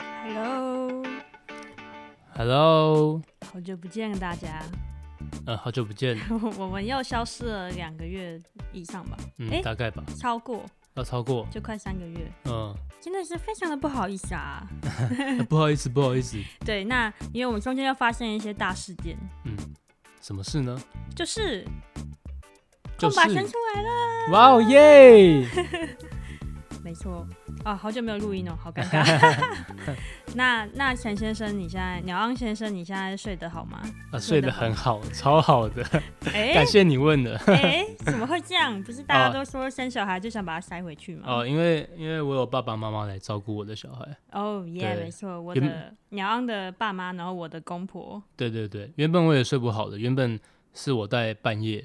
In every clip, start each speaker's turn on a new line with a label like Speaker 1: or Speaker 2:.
Speaker 1: Hello，
Speaker 2: Hello，
Speaker 1: 好久不见大家，
Speaker 2: 呃，好久不见，
Speaker 1: 我们又消失了两个月以上吧，
Speaker 2: 嗯，
Speaker 1: 诶
Speaker 2: 大概吧，
Speaker 1: 超过
Speaker 2: 要超过，
Speaker 1: 就快三个月，
Speaker 2: 嗯、
Speaker 1: 真的是非常的不好意思啊。
Speaker 2: 呃不好意思，不好意思，
Speaker 1: 对，那因为我们中间又发生一些大事件，
Speaker 2: 什么事呢？
Speaker 1: 就是
Speaker 2: 就
Speaker 1: 空白生
Speaker 2: 是
Speaker 1: 出来了，
Speaker 2: 哇哦耶，
Speaker 1: 没错。哦，好久没有录音哦，好尴尬。 那那陈先生，你现在鸟昂先生，你现在睡得好吗？
Speaker 2: 啊，睡得很好，超好的，
Speaker 1: 哎
Speaker 2: 感谢你问的
Speaker 1: 哎、怎么会这样？不是大家
Speaker 2: 哦
Speaker 1: 都说生小孩就想把它塞回去吗？
Speaker 2: 哦，因为因为我有爸爸妈妈来照顾我的小孩，
Speaker 1: 哦耶，
Speaker 2: 对
Speaker 1: 没错，我
Speaker 2: 原
Speaker 1: 的鸟昂的爸妈，然后我的公婆，
Speaker 2: 对对对，原本我也睡不好的，原本是我带半夜，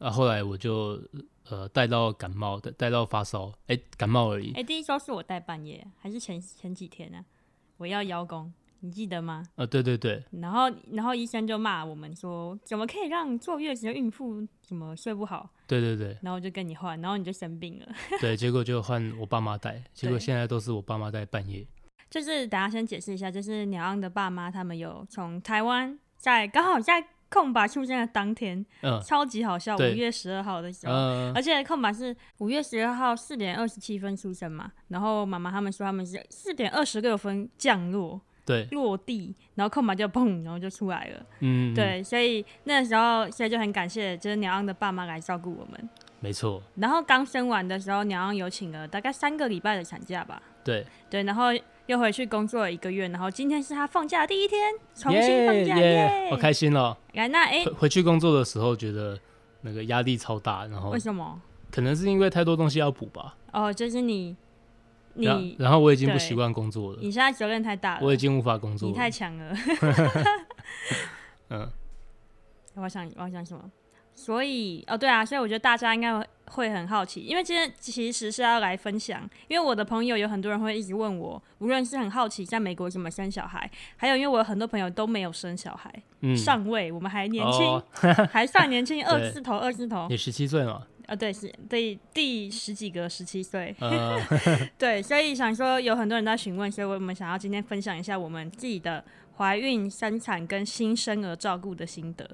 Speaker 2: 啊，后来我就呃带到感冒的，带到发烧，哎、感冒而已
Speaker 1: 哎、，第一周是我带半夜，还是前前几天呢、我要邀功，你记得吗？
Speaker 2: 呃，对对对，
Speaker 1: 然后然后医生就骂我们说，怎么可以让坐月子的孕妇怎么睡不好？
Speaker 2: 对对对
Speaker 1: 然后我就跟你换，然后你就生病了。
Speaker 2: 对，结果就换我爸妈带，结果
Speaker 1: 对
Speaker 2: 现在都是我爸妈带半夜。
Speaker 1: 就是等下先解释一下，就是鸟昂的爸妈他们有从台湾在刚好在空白出生的当天，
Speaker 2: 嗯
Speaker 1: 超级好笑，五
Speaker 2: 对
Speaker 1: 月十二号的时候，
Speaker 2: 嗯
Speaker 1: 而且空白是五月十二号四点二十七分出生嘛，然后妈妈他们说他们是四点二十六分降落
Speaker 2: 对，
Speaker 1: 落地，然后空白就砰，然后就出来了。
Speaker 2: 嗯，，
Speaker 1: 对，所以那时候所以就很感谢就是鸟昂的爸妈来照顾我们。
Speaker 2: 没错，
Speaker 1: 然后刚生完的时候，鸟昂有请了大概三个礼拜的产假吧，
Speaker 2: 对，
Speaker 1: 对，然后又回去工作了一个月，然后今天是他放假的第一天，重新
Speaker 2: 耶
Speaker 1: 放假
Speaker 2: 耶，
Speaker 1: 耶！
Speaker 2: 好开心哦！
Speaker 1: 来，那哎
Speaker 2: 回，回去工作的时候觉得那个压力超大，然后
Speaker 1: 为什么？
Speaker 2: 可能是因为太多东西要补吧，
Speaker 1: 哦，就是你
Speaker 2: 然后
Speaker 1: 你
Speaker 2: 然后我已经不
Speaker 1: 对
Speaker 2: 习惯工作了，
Speaker 1: 你现在责任太大了，
Speaker 2: 呃我已经无法工作
Speaker 1: 你太
Speaker 2: 了，
Speaker 1: 强了。
Speaker 2: 嗯，
Speaker 1: 我想我想什么？所以哦，对啊，所以我觉得大家应该会很好奇，因为今天其实是要来分享，因为我的朋友有很多人会一直问我，无论是很好奇在美国怎么生小孩，还有因为我有很多朋友都没有生小孩，
Speaker 2: 嗯，
Speaker 1: 上位，我们还年轻，
Speaker 2: 哦
Speaker 1: 还算年轻，二
Speaker 2: 对
Speaker 1: 字头，二字 头，
Speaker 2: 你十七岁嘛，
Speaker 1: 啊，对，是第第十几个十七岁，
Speaker 2: 呃，
Speaker 1: 对，所以想说有很多人在询问，所以我们想要今天分享一下我们自己的怀孕、生产跟新生儿照顾的心得。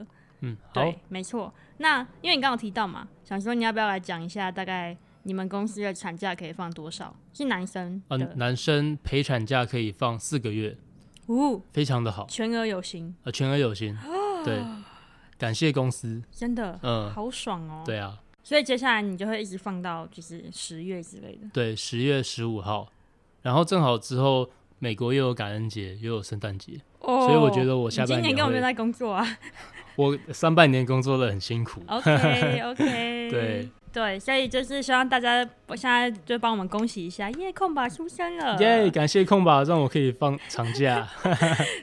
Speaker 2: 嗯，好
Speaker 1: 对，，没错。那因为你刚刚有提到嘛，想说你要不要来讲一下，大概你们公司的产假可以放多少？是男生
Speaker 2: 嗯，
Speaker 1: 的，
Speaker 2: 男生陪产假可以放四个月，
Speaker 1: 呜、
Speaker 2: 非常的好，
Speaker 1: 全额有薪，
Speaker 2: 呃，全额有薪， 对，感谢公司，
Speaker 1: 真的，
Speaker 2: 嗯，
Speaker 1: 好爽哦。，
Speaker 2: 对啊，
Speaker 1: 所以接下来你就会一直放到就是十月之类的。
Speaker 2: 对，十月十五号，然后正好之后美国又有感恩节，又有圣诞节。
Speaker 1: 哦
Speaker 2: 所以我觉得我下
Speaker 1: 你今
Speaker 2: 半
Speaker 1: 年
Speaker 2: 年
Speaker 1: 根本没
Speaker 2: 会
Speaker 1: 在工作啊。
Speaker 2: 我上半年工作的很辛苦，
Speaker 1: OK OK，
Speaker 2: 对
Speaker 1: 对，所以就是希望大家现在就帮我们恭喜一下，耶，空吧出生了，
Speaker 2: 耶、感谢空吧，让我可以放长假。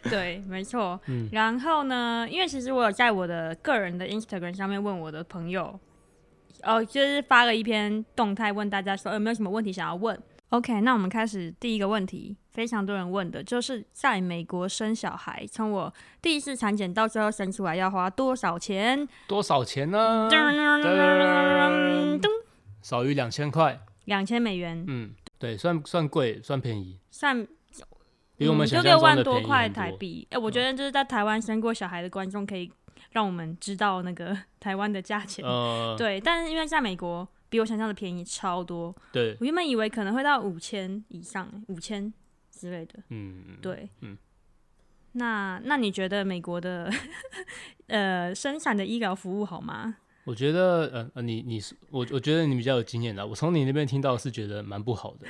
Speaker 1: 对，没错。
Speaker 2: 嗯
Speaker 1: 然后呢，因为其实我有在我的个人的 Instagram 上面问我的朋友，哦，就是发了一篇动态问大家说有没有什么问题想要问。OK，那我们开始第一个问题，非常多人问的就是在美国生小孩，从我第一次产检到最后生出来要花多少钱？
Speaker 2: 多少钱呢？
Speaker 1: 噔
Speaker 2: 少于两千块。
Speaker 1: 两千美元，
Speaker 2: 嗯，对，算算贵，算便宜，
Speaker 1: 算
Speaker 2: 比我们
Speaker 1: 嗯就
Speaker 2: 想
Speaker 1: 六
Speaker 2: 象中
Speaker 1: 万
Speaker 2: 的便宜
Speaker 1: 多
Speaker 2: 很
Speaker 1: 块台币。哎、我
Speaker 2: 嗯
Speaker 1: 觉得就是在台湾生过小孩的观众可以让我们知道那个 台湾的价钱。
Speaker 2: 呃，
Speaker 1: 对，但是因为在美国比我想象的便宜超多，
Speaker 2: 对，
Speaker 1: 我原本以为可能会到五千以上，五千之类的。
Speaker 2: 嗯，
Speaker 1: 对，
Speaker 2: 嗯
Speaker 1: 那那你觉得美国的 呃生产的医疗服务好吗？
Speaker 2: 我觉得，呃呃，你你是我，我觉得你比较有经验的。我从你那边听到是觉得蛮不好的，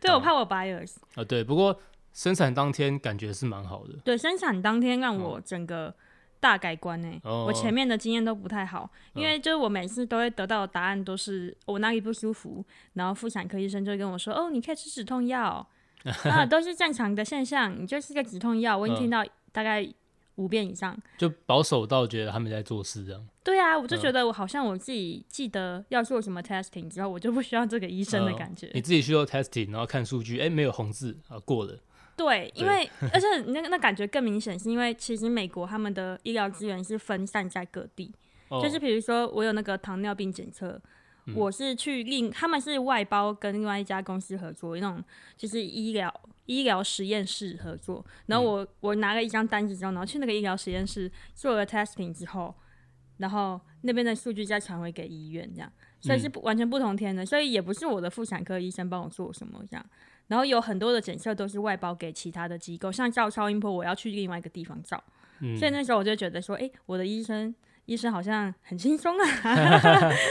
Speaker 1: 对我
Speaker 2: 嗯
Speaker 1: 怕我 bias。
Speaker 2: 啊、对。不过生产当天感觉是蛮好的，
Speaker 1: 对，生产当天让
Speaker 2: 哦
Speaker 1: 我整个大改观呢、
Speaker 2: 哦
Speaker 1: 我前面的经验都不太好，因为就是我每次都会得到的答案都是哦我哪里不舒服，然后妇产科医生就会跟我说：“哦，你可以吃止痛 药，啊，都是正常的现象，你就吃个止痛药。”我已经
Speaker 2: 嗯
Speaker 1: 听到大概五遍以上。
Speaker 2: 就保守到觉得他们在做事这样。
Speaker 1: 对啊，我就
Speaker 2: 嗯
Speaker 1: 觉得我好像我自己记得要做什么 testing 之后，我就不需要这个医生的
Speaker 2: 嗯
Speaker 1: 感觉。
Speaker 2: 你自己去做 testing，然后看数据，哎、没有红字啊，过了。
Speaker 1: 对，因
Speaker 2: 对
Speaker 1: 为而且那个那感觉更明显，是因为其实美国他们的医疗资源是分散在各地，
Speaker 2: 哦、
Speaker 1: 就是比如说我有那个糖尿病检测，我是去另他们是外包跟另外一家公司合作那种，就是医疗医疗实验室合作，然后我、我拿了一张单子之后，然后去那个医疗实验室做了 testing 之后，然后那边的数据再传回给医院，这样，所以是不完全不同天的，所以也不是我的妇产科医生帮我做什么这样。然后有很多的检测都是外包给其他的机构，像照超音波，我要去另外一个地方照，
Speaker 2: 嗯
Speaker 1: 所以那时候我就觉得说，诶，我的医生医生好像很轻松啊，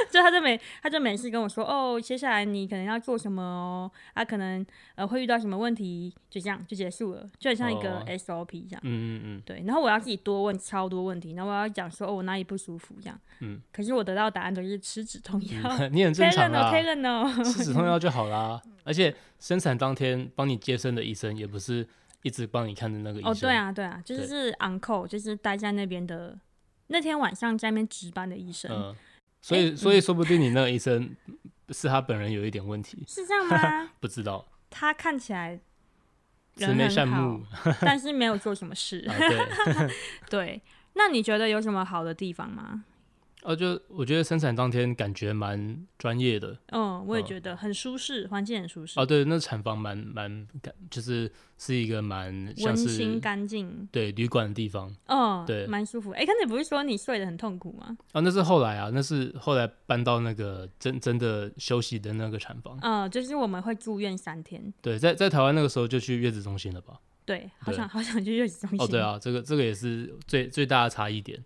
Speaker 1: 就他就每他就每次跟我说，哦，接下来你可能要做什么哦，啊，可能呃会遇到什么问题，就这样就结束了，就很像一个
Speaker 2: 哦
Speaker 1: SOP 这样。
Speaker 2: 嗯嗯
Speaker 1: 对，然后我要自己多问超多问题，然后我要讲说哦我哪里不舒服这样，
Speaker 2: 嗯，
Speaker 1: 可是我得到的答案都是吃止痛药哦
Speaker 2: 嗯， 你 很正常啦，
Speaker 1: ，Tylenol，Tylenol，
Speaker 2: 吃止痛药就好 啦。而且生产当天帮你接生的医生也不是一直帮你看的那个医生，
Speaker 1: 哦对，啊对啊，就
Speaker 2: 对
Speaker 1: 是是 on call，就是待在那边的那天晚上在那边值班的医生，
Speaker 2: 嗯，所
Speaker 1: 哎
Speaker 2: 以所以
Speaker 1: 嗯
Speaker 2: 说不定你那个医生是他本人有一点问题，
Speaker 1: 是这样吗？
Speaker 2: 不知道
Speaker 1: 他看起来
Speaker 2: 慈
Speaker 1: 人
Speaker 2: 眉
Speaker 1: 很
Speaker 2: 善
Speaker 1: 好
Speaker 2: 目，
Speaker 1: 但是没有做什么 事。
Speaker 2: 啊，对。
Speaker 1: 对，那你觉得有什么好的地方吗？
Speaker 2: 哦，就我觉得生产当天感觉蛮专业的
Speaker 1: 嗯，我也
Speaker 2: 嗯
Speaker 1: 觉得很舒适，环境很舒适，
Speaker 2: 哦，对，那产房蛮蛮感，就是是一个蛮像
Speaker 1: 温馨
Speaker 2: 是
Speaker 1: 干净，
Speaker 2: 对旅馆的地方
Speaker 1: 嗯，
Speaker 2: 对
Speaker 1: 蛮舒服。哎，刚才不是说你睡得很痛苦吗？
Speaker 2: 哦，那是后来啊，那是后来搬到那个真真的休息的那个产房，
Speaker 1: 嗯，就是我们会住院三天，
Speaker 2: 对，在在台湾那个时候就去月子中心了吧？
Speaker 1: 对，好
Speaker 2: 对
Speaker 1: 想好想 去月子中心。
Speaker 2: 哦，对啊，这个这个也是最最大的差异点，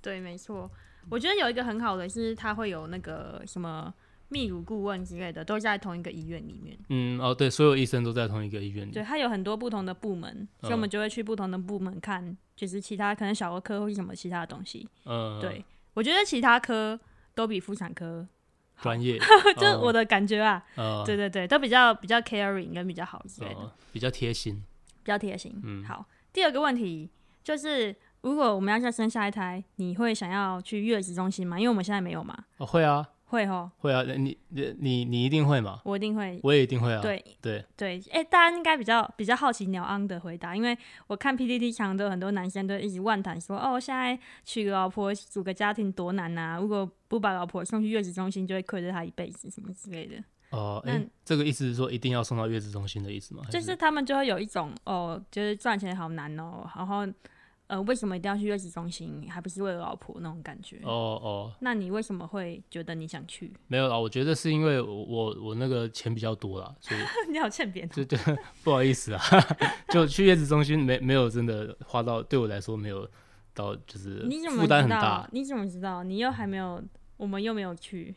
Speaker 1: 对，没错。我觉得有一个很好的是，它会有那个什么泌乳顾问之类的，都在同一个医院里面。
Speaker 2: 嗯，哦，对，所有医生都在同一个医院里
Speaker 1: 对，，它有很多不同的部门，所以
Speaker 2: 嗯
Speaker 1: 我们就会去不同的部门看，就是其他可能小儿科或是什么其他的东西。
Speaker 2: 嗯，
Speaker 1: 对，，我觉得其他科都比妇产科，
Speaker 2: 专业，嗯
Speaker 1: 就是我的感觉啊，
Speaker 2: 呃，
Speaker 1: 对对对，都比较比较 caring 跟比较好之类的，
Speaker 2: 呃，比较贴心，
Speaker 1: 比较贴心。
Speaker 2: 嗯
Speaker 1: 好，第二个问题就是，如果我们要再生下一胎，你会想要去月子中心吗？因为我们现在没有嘛，
Speaker 2: 哦，会啊，
Speaker 1: 会哦，
Speaker 2: 会啊，你你你你一定会嘛，
Speaker 1: 我一定会。
Speaker 2: 我也一定会啊，
Speaker 1: 对
Speaker 2: 对。
Speaker 1: 对，哎、大家应该比较比较好奇鸟昂的回答，因为我看 PPT 常都有很多男生都一直万谈说，哦，现在娶个老婆组个家庭多难呐、如果不把老婆送去月子中心，就会亏着她一辈子什么之类的。
Speaker 2: 哦、
Speaker 1: 那
Speaker 2: 诶这个意思是说一定要送到月子中心的意思吗？还
Speaker 1: 就是他们就会有一种哦，就是赚钱好难哦，然后呃，为什么一定要去月子中心，还不是为了老婆那种感觉？
Speaker 2: 哦哦，
Speaker 1: 那你为什么会觉得你想去？
Speaker 2: 没有啦，我觉得是因为我我我那个钱比较多啦，所以
Speaker 1: 你好欠扁哦、
Speaker 2: 就就不好意思啊， 就去月子中心没没有真的花到对我来说没有到就是
Speaker 1: 你怎么
Speaker 2: 负担
Speaker 1: 知
Speaker 2: 很
Speaker 1: 道
Speaker 2: 大？。
Speaker 1: 你怎么知道？你又还没有，我们又没有去。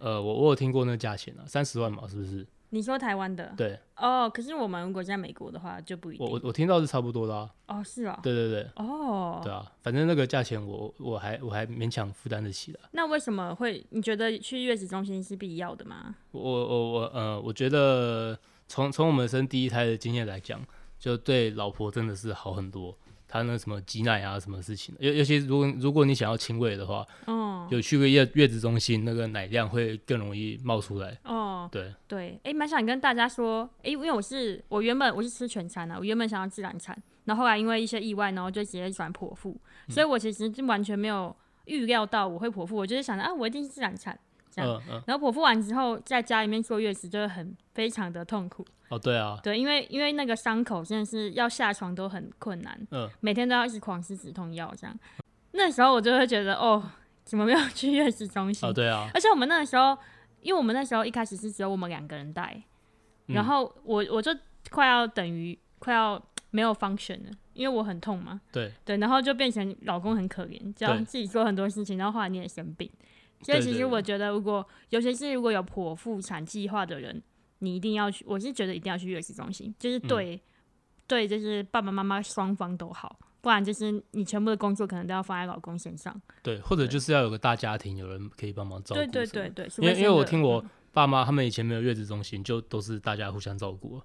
Speaker 2: 呃，我我有听过那个价钱啊，三十万嘛，是不是？
Speaker 1: 你说台湾的
Speaker 2: 对
Speaker 1: 哦，可是我们如果在美国的话就不一
Speaker 2: 我我
Speaker 1: 定
Speaker 2: 我听到是差不多啦、
Speaker 1: 哦，是哦，
Speaker 2: 对对对。
Speaker 1: 哦，
Speaker 2: 对啊，反正那个价钱我我还我还勉强负担得起的。
Speaker 1: 那为什么会？你觉得去月子中心是必要的吗？
Speaker 2: 我我我呃，我觉得从从我们生第一胎的经验来讲，就对老婆真的是好很多。她那什么挤奶啊，什么事情的，尤尤其如果如果你想要亲喂的话，
Speaker 1: 哦
Speaker 2: 有去个月月子中心，那个奶量会更容易冒出来。
Speaker 1: 哦，
Speaker 2: 对，
Speaker 1: 对，诶，蛮想跟大家说，诶，因为我是我原本我是吃全餐啊，我原本想要自然产，然后后来因为一些意外，然后就直接转剖腹，
Speaker 2: 嗯
Speaker 1: 所以我其实就完全没有预料到我会剖腹，我就是想着啊，我一定是自然产，这样
Speaker 2: 嗯嗯，
Speaker 1: 然后剖腹完之后在家里面坐月子就是很非常的痛苦，
Speaker 2: 哦对啊，
Speaker 1: 对，因为因为那个伤口真的是要下床都很困难，
Speaker 2: 嗯
Speaker 1: 每天都要一直狂吃止痛药这样，那时候我就会觉得哦，怎么没有去月子中心
Speaker 2: 哦？对啊，
Speaker 1: 而且我们那个时候，因为我们那时候一开始是只有我们两个人带，
Speaker 2: 嗯
Speaker 1: 然后我我就快要等于快要没有 function 了，因为我很痛嘛，
Speaker 2: 对
Speaker 1: 对，然后就变成老公很可怜，就要
Speaker 2: 对
Speaker 1: 自己做很多事情，然后后来你也生病，所以
Speaker 2: 对
Speaker 1: 其
Speaker 2: 对
Speaker 1: 实
Speaker 2: 对
Speaker 1: 我觉得，如果尤其是如果有剖腹产计划的人，你一定要去，我是觉得一定要去月子中心，就是
Speaker 2: 嗯
Speaker 1: 对、对，就是爸爸妈妈双方都好，不然就是你全部的工作可能都要放在老公身上，
Speaker 2: 对，或者就是要有个大家庭，有人可以帮忙照顾。
Speaker 1: 对对对，对，除
Speaker 2: 因为
Speaker 1: 非
Speaker 2: 因为
Speaker 1: 真
Speaker 2: 我
Speaker 1: 的嗯
Speaker 2: 听我爸妈他们以前没有月子中心，就都是大家互相照顾啊，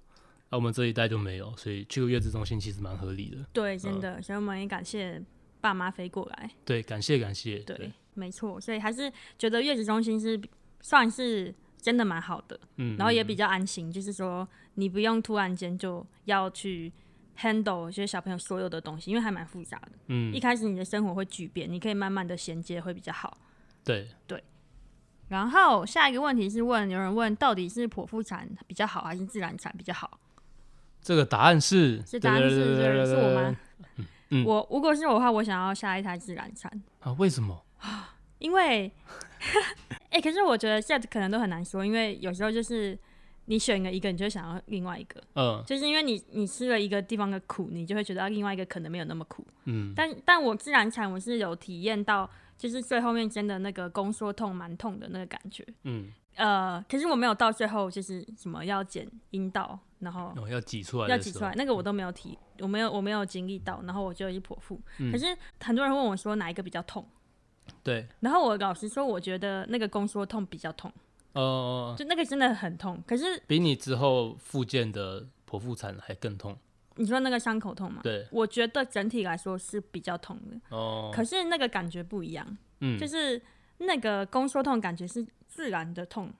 Speaker 2: 而我们这一代就没有，所以去个月子中心其实蛮合理的。
Speaker 1: 对，真的，所以我们也感谢爸妈飞过来。
Speaker 2: 对，感谢感谢。
Speaker 1: 对，没错，所以还是觉得月子中心是算是真的蛮好的，
Speaker 2: 嗯，
Speaker 1: 然后也
Speaker 2: 嗯
Speaker 1: 比较安心，就是说你不用突然间就要去 handle 就是小朋友所有的东西，因为还蛮复杂的。
Speaker 2: 嗯
Speaker 1: 一开始你的生活会巨变，你可以慢慢的衔接会比较好。
Speaker 2: 对，
Speaker 1: 然后下一个问题是问有人问到底是剖腹产比较好还是自然产比较好？
Speaker 2: 这个答案是，
Speaker 1: 是答案是是是是我吗？
Speaker 2: 嗯
Speaker 1: 我如果是我的话，我想要下一台自然产，
Speaker 2: 啊，为什么？
Speaker 1: 因为， 哎、可是我觉得这可能都很难说，因为有时候就是你选了一个，你就想要另外一个，
Speaker 2: 嗯
Speaker 1: 就是因为你你吃了一个地方的苦，你就会觉得啊另外一个可能没有那么苦。
Speaker 2: 嗯，
Speaker 1: 但但我自然产我是有体验到，就是最后面真的那个宫缩痛蛮痛的那个感觉。
Speaker 2: 嗯，
Speaker 1: 呃，可是我没有到最后就是什么要剪阴道，然后
Speaker 2: 哦，要挤出来，
Speaker 1: 要挤出来，，那个我都没有提，我没有我没有经历到，然后我就去剖腹。
Speaker 2: 嗯
Speaker 1: 可是很多人问我说哪一个比较痛，
Speaker 2: 对，
Speaker 1: 然后我老实说，我觉得那个宫缩痛比较痛，
Speaker 2: 呃，
Speaker 1: 就那个真的很痛。可是
Speaker 2: 比你之后复健的剖腹产还更痛，
Speaker 1: 你说那个伤口痛吗？
Speaker 2: 对，
Speaker 1: 我觉得整体来说是比较痛的，
Speaker 2: 哦，
Speaker 1: 可是那个感觉不一样，
Speaker 2: 嗯
Speaker 1: 就是那个宫缩痛感觉是自然的痛，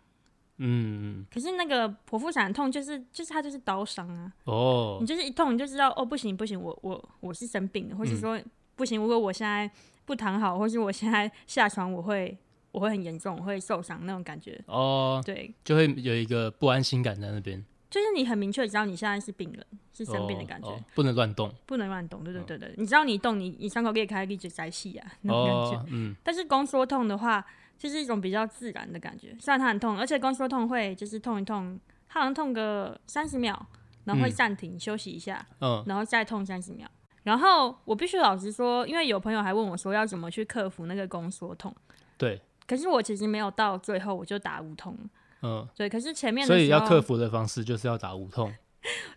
Speaker 2: 嗯，
Speaker 1: 可是那个剖腹产痛就是就是它就是刀伤啊，
Speaker 2: 哦嗯
Speaker 1: 你，就是一痛你就知道哦，不行不行，我我我是生病了，或是说、不行，如果我现在不躺好，或是我现在下床，我会我会很严重，我会受伤那种感觉。
Speaker 2: 哦，
Speaker 1: 对，
Speaker 2: 就会有一个不安心感在那边，
Speaker 1: 就是你很明确知道你现在是病人，是生病的
Speaker 2: 哦
Speaker 1: 感觉，
Speaker 2: 哦不能乱动，
Speaker 1: 不能乱动。对对对对，你知道你一动，你你伤口裂开，立即摘细啊那种感觉。
Speaker 2: 哦，嗯，
Speaker 1: 但是宫缩痛的话，就是一种比较自然的感觉，虽然它很痛，而且宫缩痛会就是痛一痛，它好像痛个三十秒，然后会
Speaker 2: 嗯
Speaker 1: 暂停、休息一下，
Speaker 2: 嗯，
Speaker 1: 然后再痛三十秒。然后我必须老实说，因为有朋友还问我说要怎么去克服那个宫缩痛，
Speaker 2: 对，
Speaker 1: 可是我其实没有到最后我就打无痛，
Speaker 2: 嗯，
Speaker 1: 对，可是前面的
Speaker 2: 所以
Speaker 1: 时
Speaker 2: 要
Speaker 1: 候
Speaker 2: 克服的方式就是要打无痛，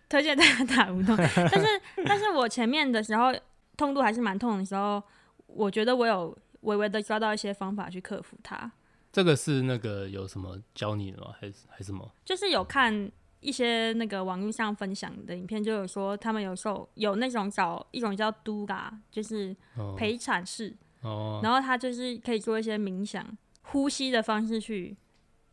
Speaker 1: 推荐大家打 无痛，但是但是我前面的时候痛度还是蛮痛的时候，我觉得我有微微的抓到一些方法去克服它，
Speaker 2: 这个是那个有什么教你的吗？还是还是什么？
Speaker 1: 就是有看一些那个网络上分享的影片，就有说他们有时候有那种找一种叫都嘎，就是
Speaker 2: 哦
Speaker 1: 陪产室，
Speaker 2: 哦，
Speaker 1: 然后他就是可以做一些冥想、呼吸的方式去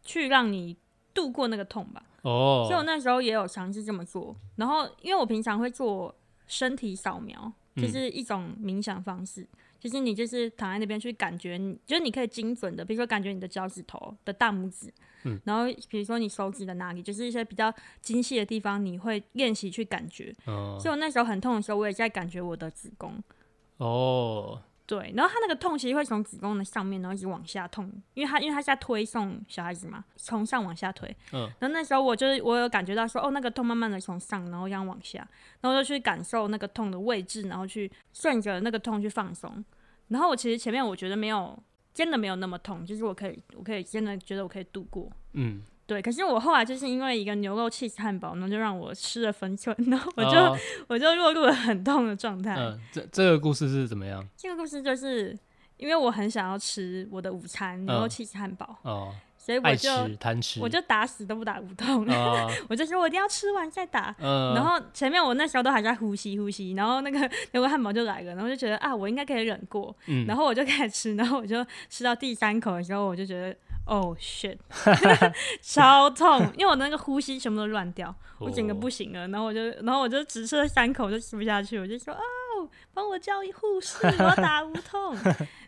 Speaker 1: 去让你度过那个痛吧。所以我
Speaker 2: 哦，
Speaker 1: 那时候也有尝试这么做。然后因为我平常会做身体扫描，就是
Speaker 2: 嗯
Speaker 1: 一种冥想方式，就是你就是躺在那边去感觉你，就是你可以精准的，比如说感觉你的脚趾头的大拇指，
Speaker 2: 嗯
Speaker 1: 然后比如说你手指的哪里，就是一些比较精细的地方，你会练习去感觉。
Speaker 2: 哦
Speaker 1: 所以我那时候很痛的时候，我也在感觉我的子宫。
Speaker 2: 哦，
Speaker 1: 对，然后他那个痛其实会从子宫的上面，然后一直往下痛，因为他因为他是在推送小孩子嘛，从上往下推。
Speaker 2: 嗯。
Speaker 1: 然后那时候我就是我有感觉到说，哦，那个痛慢慢的从上，然后这样往下，然后就去感受那个痛的位置，然后去顺着那个痛去放松。然后我其实前面我觉得没有，真的没有那么痛，就是我可以，我可以真的觉得我可以度过。
Speaker 2: 嗯，
Speaker 1: 对，可是我后来就是因为一个牛肉 cheese 汉堡，然后就让我吃了分寸，然后我就、
Speaker 2: 哦
Speaker 1: 我就落入了很痛的状态。
Speaker 2: 嗯，这这个故事是怎么样？
Speaker 1: 这个故事就是因为我很想要吃我的午餐牛肉
Speaker 2: 嗯
Speaker 1: cheese 汉堡，
Speaker 2: 哦，
Speaker 1: 所以我
Speaker 2: 爱
Speaker 1: 就
Speaker 2: 吃贪吃，
Speaker 1: 我就打死都不打无痛，
Speaker 2: 啊，
Speaker 1: 我就说我一定要吃完再打。
Speaker 2: 嗯，
Speaker 1: 然后前面我那时候都还在呼吸呼吸，然后那个 牛肉汉堡就来了，然后就觉得啊，我应该可以忍过，
Speaker 2: 嗯
Speaker 1: 然后我就开始吃，然后我就吃到第三口的时候，我就觉得哦 shit，超痛，因为我那个呼吸全部都乱掉，我整个
Speaker 2: 哦
Speaker 1: 不行了，然后我就然后我就只吃了三口就吃不下去，我就说哦，帮我叫护士，我要打无 痛。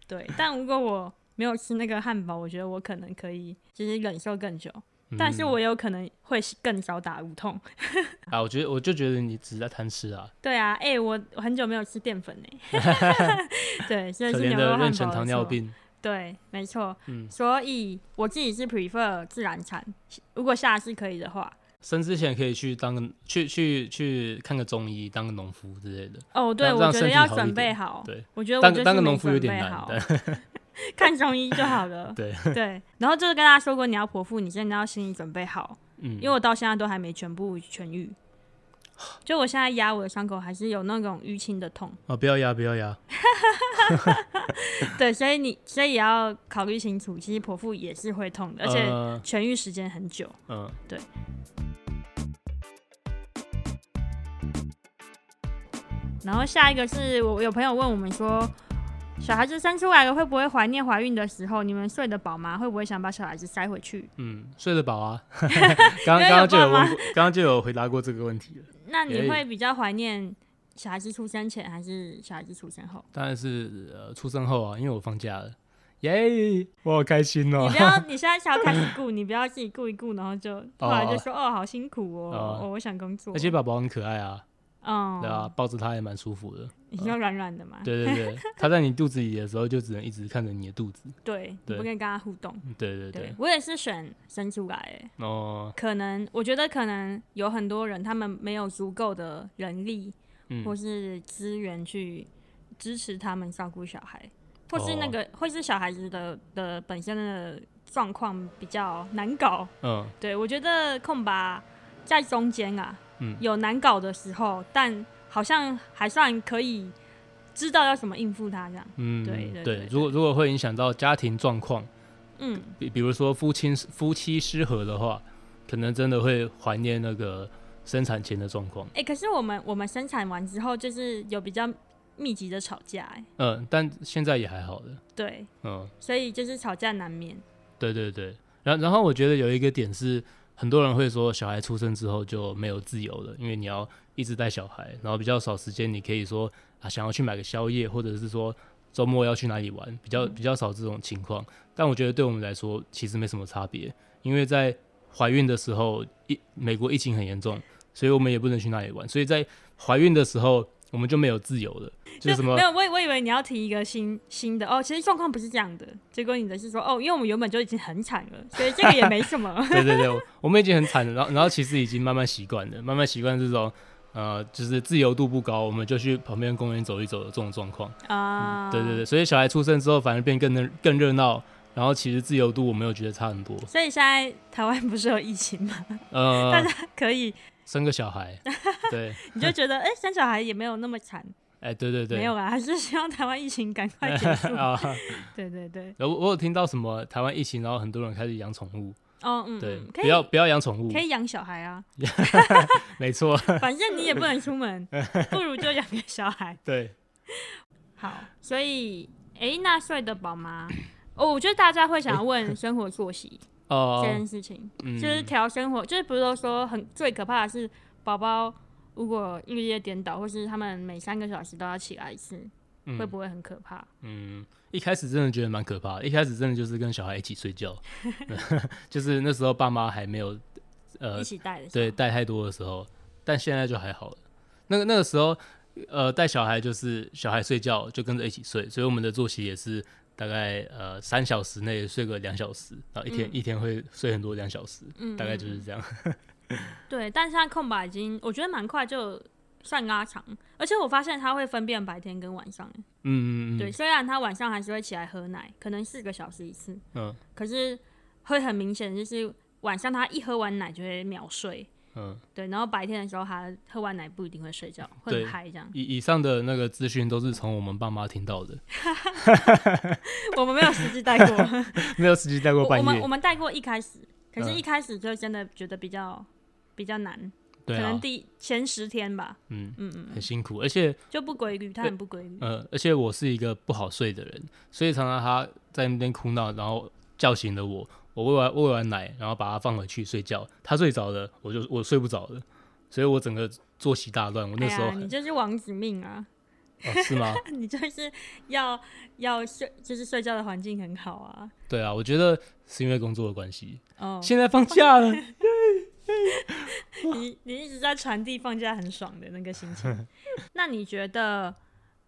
Speaker 1: 对，但如果我没有吃那个汉堡，我觉得我可能可以就是忍受更久，但是
Speaker 2: 嗯
Speaker 1: 我有可能会更早打无痛。
Speaker 2: 啊，我觉得我就觉得你只是在贪吃啊，
Speaker 1: 对啊，哎、我我很久没有吃淀粉哎、 对，所以
Speaker 2: 可
Speaker 1: 是
Speaker 2: 怜
Speaker 1: 牛肉
Speaker 2: 的
Speaker 1: 汉堡
Speaker 2: 妊娠糖尿
Speaker 1: 没错。
Speaker 2: 病，
Speaker 1: 对，没错。
Speaker 2: 嗯
Speaker 1: 所以我自己是 prefer 自然产，如果下次可以的话。
Speaker 2: 生之前可以去当个去去去看个中医，当个农夫之类的，
Speaker 1: 哦，对，
Speaker 2: 让
Speaker 1: 我觉
Speaker 2: 身
Speaker 1: 得
Speaker 2: 体
Speaker 1: 要
Speaker 2: 好一
Speaker 1: 准备
Speaker 2: 点
Speaker 1: 好。
Speaker 2: 对，
Speaker 1: 我觉得我
Speaker 2: 当
Speaker 1: 就是
Speaker 2: 当个
Speaker 1: 没
Speaker 2: 农夫有
Speaker 1: 准
Speaker 2: 点
Speaker 1: 备
Speaker 2: 难
Speaker 1: 好，
Speaker 2: 但
Speaker 1: 看中医就好了。
Speaker 2: 对
Speaker 1: 对，然后就是跟大家说过，你要剖腹，你真的要心理准备好，
Speaker 2: 嗯，
Speaker 1: 因为我到现在都还没全部痊愈。就我现在压我的伤口，还是有那种淤青的痛。
Speaker 2: 啊，不要压，不要压，
Speaker 1: 对，所以你所以也要考虑清楚，其实剖腹也是会痛的，而且
Speaker 2: 嗯
Speaker 1: 痊愈时间很久。
Speaker 2: 嗯，
Speaker 1: 对。然后下一个是我有朋友问我们说，小孩子生出来了会不会怀念怀孕的时候？你们睡得饱吗？会不会想把小孩子塞回去？
Speaker 2: 嗯，睡得 饱啊，刚
Speaker 1: 因为
Speaker 2: 刚刚
Speaker 1: 有
Speaker 2: 就有
Speaker 1: 爸
Speaker 2: 问过，刚刚就有回答过这个问题了，
Speaker 1: 那你
Speaker 2: 也
Speaker 1: 会比较怀念小孩子出生前还是小孩子出生后？
Speaker 2: 当然是呃出生后啊，因为我放假了，耶，我好开心哦
Speaker 1: 你不！要，你现在想要开始顾，你不要自己顾一顾，然后就后来就说哦，好辛苦哦，
Speaker 2: 哦
Speaker 1: 哦我想工作。
Speaker 2: 而且宝宝很可爱啊，
Speaker 1: 嗯，
Speaker 2: 对啊，抱着它也蛮舒服的。
Speaker 1: 你要软软的嘛，
Speaker 2: 对 对对，它在你肚子里的时候，就只能一直看着你的肚子。
Speaker 1: 对，你
Speaker 2: 对
Speaker 1: 不跟跟他互动。
Speaker 2: 嗯对对
Speaker 1: 对
Speaker 2: 对，
Speaker 1: 我也是选生出来欸，
Speaker 2: 哦，
Speaker 1: 可能我觉得可能有很多人他们没有足够的人力
Speaker 2: 嗯
Speaker 1: 或是资源去支持他们照顾小孩，或是那
Speaker 2: 哦
Speaker 1: 个、或是小孩子的的本身的状况比较难搞。
Speaker 2: 嗯，
Speaker 1: 对我觉得空吧在中间啊，
Speaker 2: 嗯
Speaker 1: 有难搞的时候，但好像还算可以知道要怎么应付他这样。
Speaker 2: 嗯，
Speaker 1: 对对对
Speaker 2: 如果如果会影响到家庭状况，
Speaker 1: 嗯，
Speaker 2: 比比如说夫妻夫妻失和的话，可能真的会怀念那个生产前的状况。
Speaker 1: 哎、可是我们我们生产完之后，就是有比较密集的吵架、欸，
Speaker 2: 嗯，但现在也还好的。
Speaker 1: 对，
Speaker 2: 嗯，
Speaker 1: 所以就是吵架难免。
Speaker 2: 对对对。然然后我觉得有一个点是，很多人会说小孩出生之后就没有自由了，因为你要一直带小孩，然后比较少时间，你可以说啊想要去买个宵夜，或者是说周末要去哪里玩，比较
Speaker 1: 嗯
Speaker 2: 比较少这种情况。但我觉得对我们来说其实没什么差别，因为在怀孕的时候，疫美国疫情很严重，所以我们也不能去哪里玩，所以在怀孕的时候我们就没有自由了，就是什么
Speaker 1: 没有，我以我以为你要提一个新新的哦，其实状况不是这样的。结果你的是说哦，因为我们原本就已经很惨了，所以这个也没什 么。
Speaker 2: 对对对，我我们已经很惨了，然后然后其实已经慢慢习惯了，慢慢习惯这种呃，就是自由度不高，我们就去旁边公园走一走的这种状况。
Speaker 1: 啊、
Speaker 2: 嗯对对对，所以小孩出生之后反而变更热更热闹，然后其实自由度我没有觉得差很多。
Speaker 1: 所以现在台湾不是有疫情吗？
Speaker 2: 呃
Speaker 1: 大，可以，
Speaker 2: 生个小孩，对，
Speaker 1: 你就 觉得哎、生小孩也没有那么惨，
Speaker 2: 哎、对对对，
Speaker 1: 没有啦，还是希望台湾疫情赶快结束。
Speaker 2: 啊。
Speaker 1: 对对对，
Speaker 2: 然后我我有听到什么台湾疫情，然后很多人开始养宠物，
Speaker 1: 哦嗯，
Speaker 2: 对，
Speaker 1: 嗯可
Speaker 2: 不
Speaker 1: 以
Speaker 2: 要不要养宠物
Speaker 1: 可，以养小孩啊，
Speaker 2: 没错，
Speaker 1: 反正你也不能出门，不如就养个小孩。
Speaker 2: 对，
Speaker 1: 好，所以哎，纳税的宝妈， 哦，我觉得大家会想要问生活作息这
Speaker 2: 哦、
Speaker 1: 件事情，
Speaker 2: 嗯，
Speaker 1: 就是调生活，就是不是都说很最可怕的是宝宝如果日夜颠倒，或是他们每三个小时都要起来一次，
Speaker 2: 嗯
Speaker 1: 会不会很可怕？
Speaker 2: 嗯，一开始真的觉得蛮可怕的，一开始真的就是跟小孩一起 睡觉，就是那时候爸妈还没有呃
Speaker 1: 一起带的时候
Speaker 2: 对带太多的时候，但现在就还好了。那个那个时候，呃，带小孩就是小孩睡觉就跟着一起睡，所以我们的作息也是大概呃三小时内睡个两小时，然后
Speaker 1: 嗯
Speaker 2: 一天、一天会睡很多两小时，大概就是这样。
Speaker 1: 对，但现在空白已经我觉得蛮快就算拉长，而且我发现他会分辨白天跟晚上。
Speaker 2: 嗯嗯嗯，
Speaker 1: 对，虽然他晚上还是会起来喝奶，可能四个小时一次，
Speaker 2: 嗯
Speaker 1: 可是会很明显，就是晚上他一喝完奶就会秒睡。
Speaker 2: 嗯，
Speaker 1: 对，然后白天的时候他喝完奶不一定会睡觉，会
Speaker 2: 对。
Speaker 1: 很嗨这样
Speaker 2: 以以上的那个资讯都是从我们爸妈听到的，
Speaker 1: 我们没有实际带过，
Speaker 2: 没有实际带 过
Speaker 1: 我我
Speaker 2: 半
Speaker 1: 们我
Speaker 2: 夜，
Speaker 1: 们带过一开始，可是
Speaker 2: 嗯
Speaker 1: 一开始就真的觉得比较比较难，
Speaker 2: 对
Speaker 1: 可能
Speaker 2: 啊，
Speaker 1: 第前十天吧，
Speaker 2: 嗯
Speaker 1: 嗯嗯，
Speaker 2: 很辛苦，而且
Speaker 1: 就不规律，他很不规律。
Speaker 2: 呃，而且我是一个不好睡的人，所以常常他在那边哭闹，然后叫醒了我。我喂完喂完奶，然后把他放回去睡觉。他睡着了，我就我睡不着了，所以我整个作息大乱。我
Speaker 1: 哎
Speaker 2: 那时候
Speaker 1: 呀，
Speaker 2: 很、
Speaker 1: 你就是王子命啊！
Speaker 2: 哦、是吗？
Speaker 1: 你就是要要睡，就是睡觉的环境很好啊。
Speaker 2: 对啊，我觉得是因为工作的关系。
Speaker 1: 哦，
Speaker 2: 现在放假了，
Speaker 1: 你你一直在传递放假很爽的那个心情。那你觉得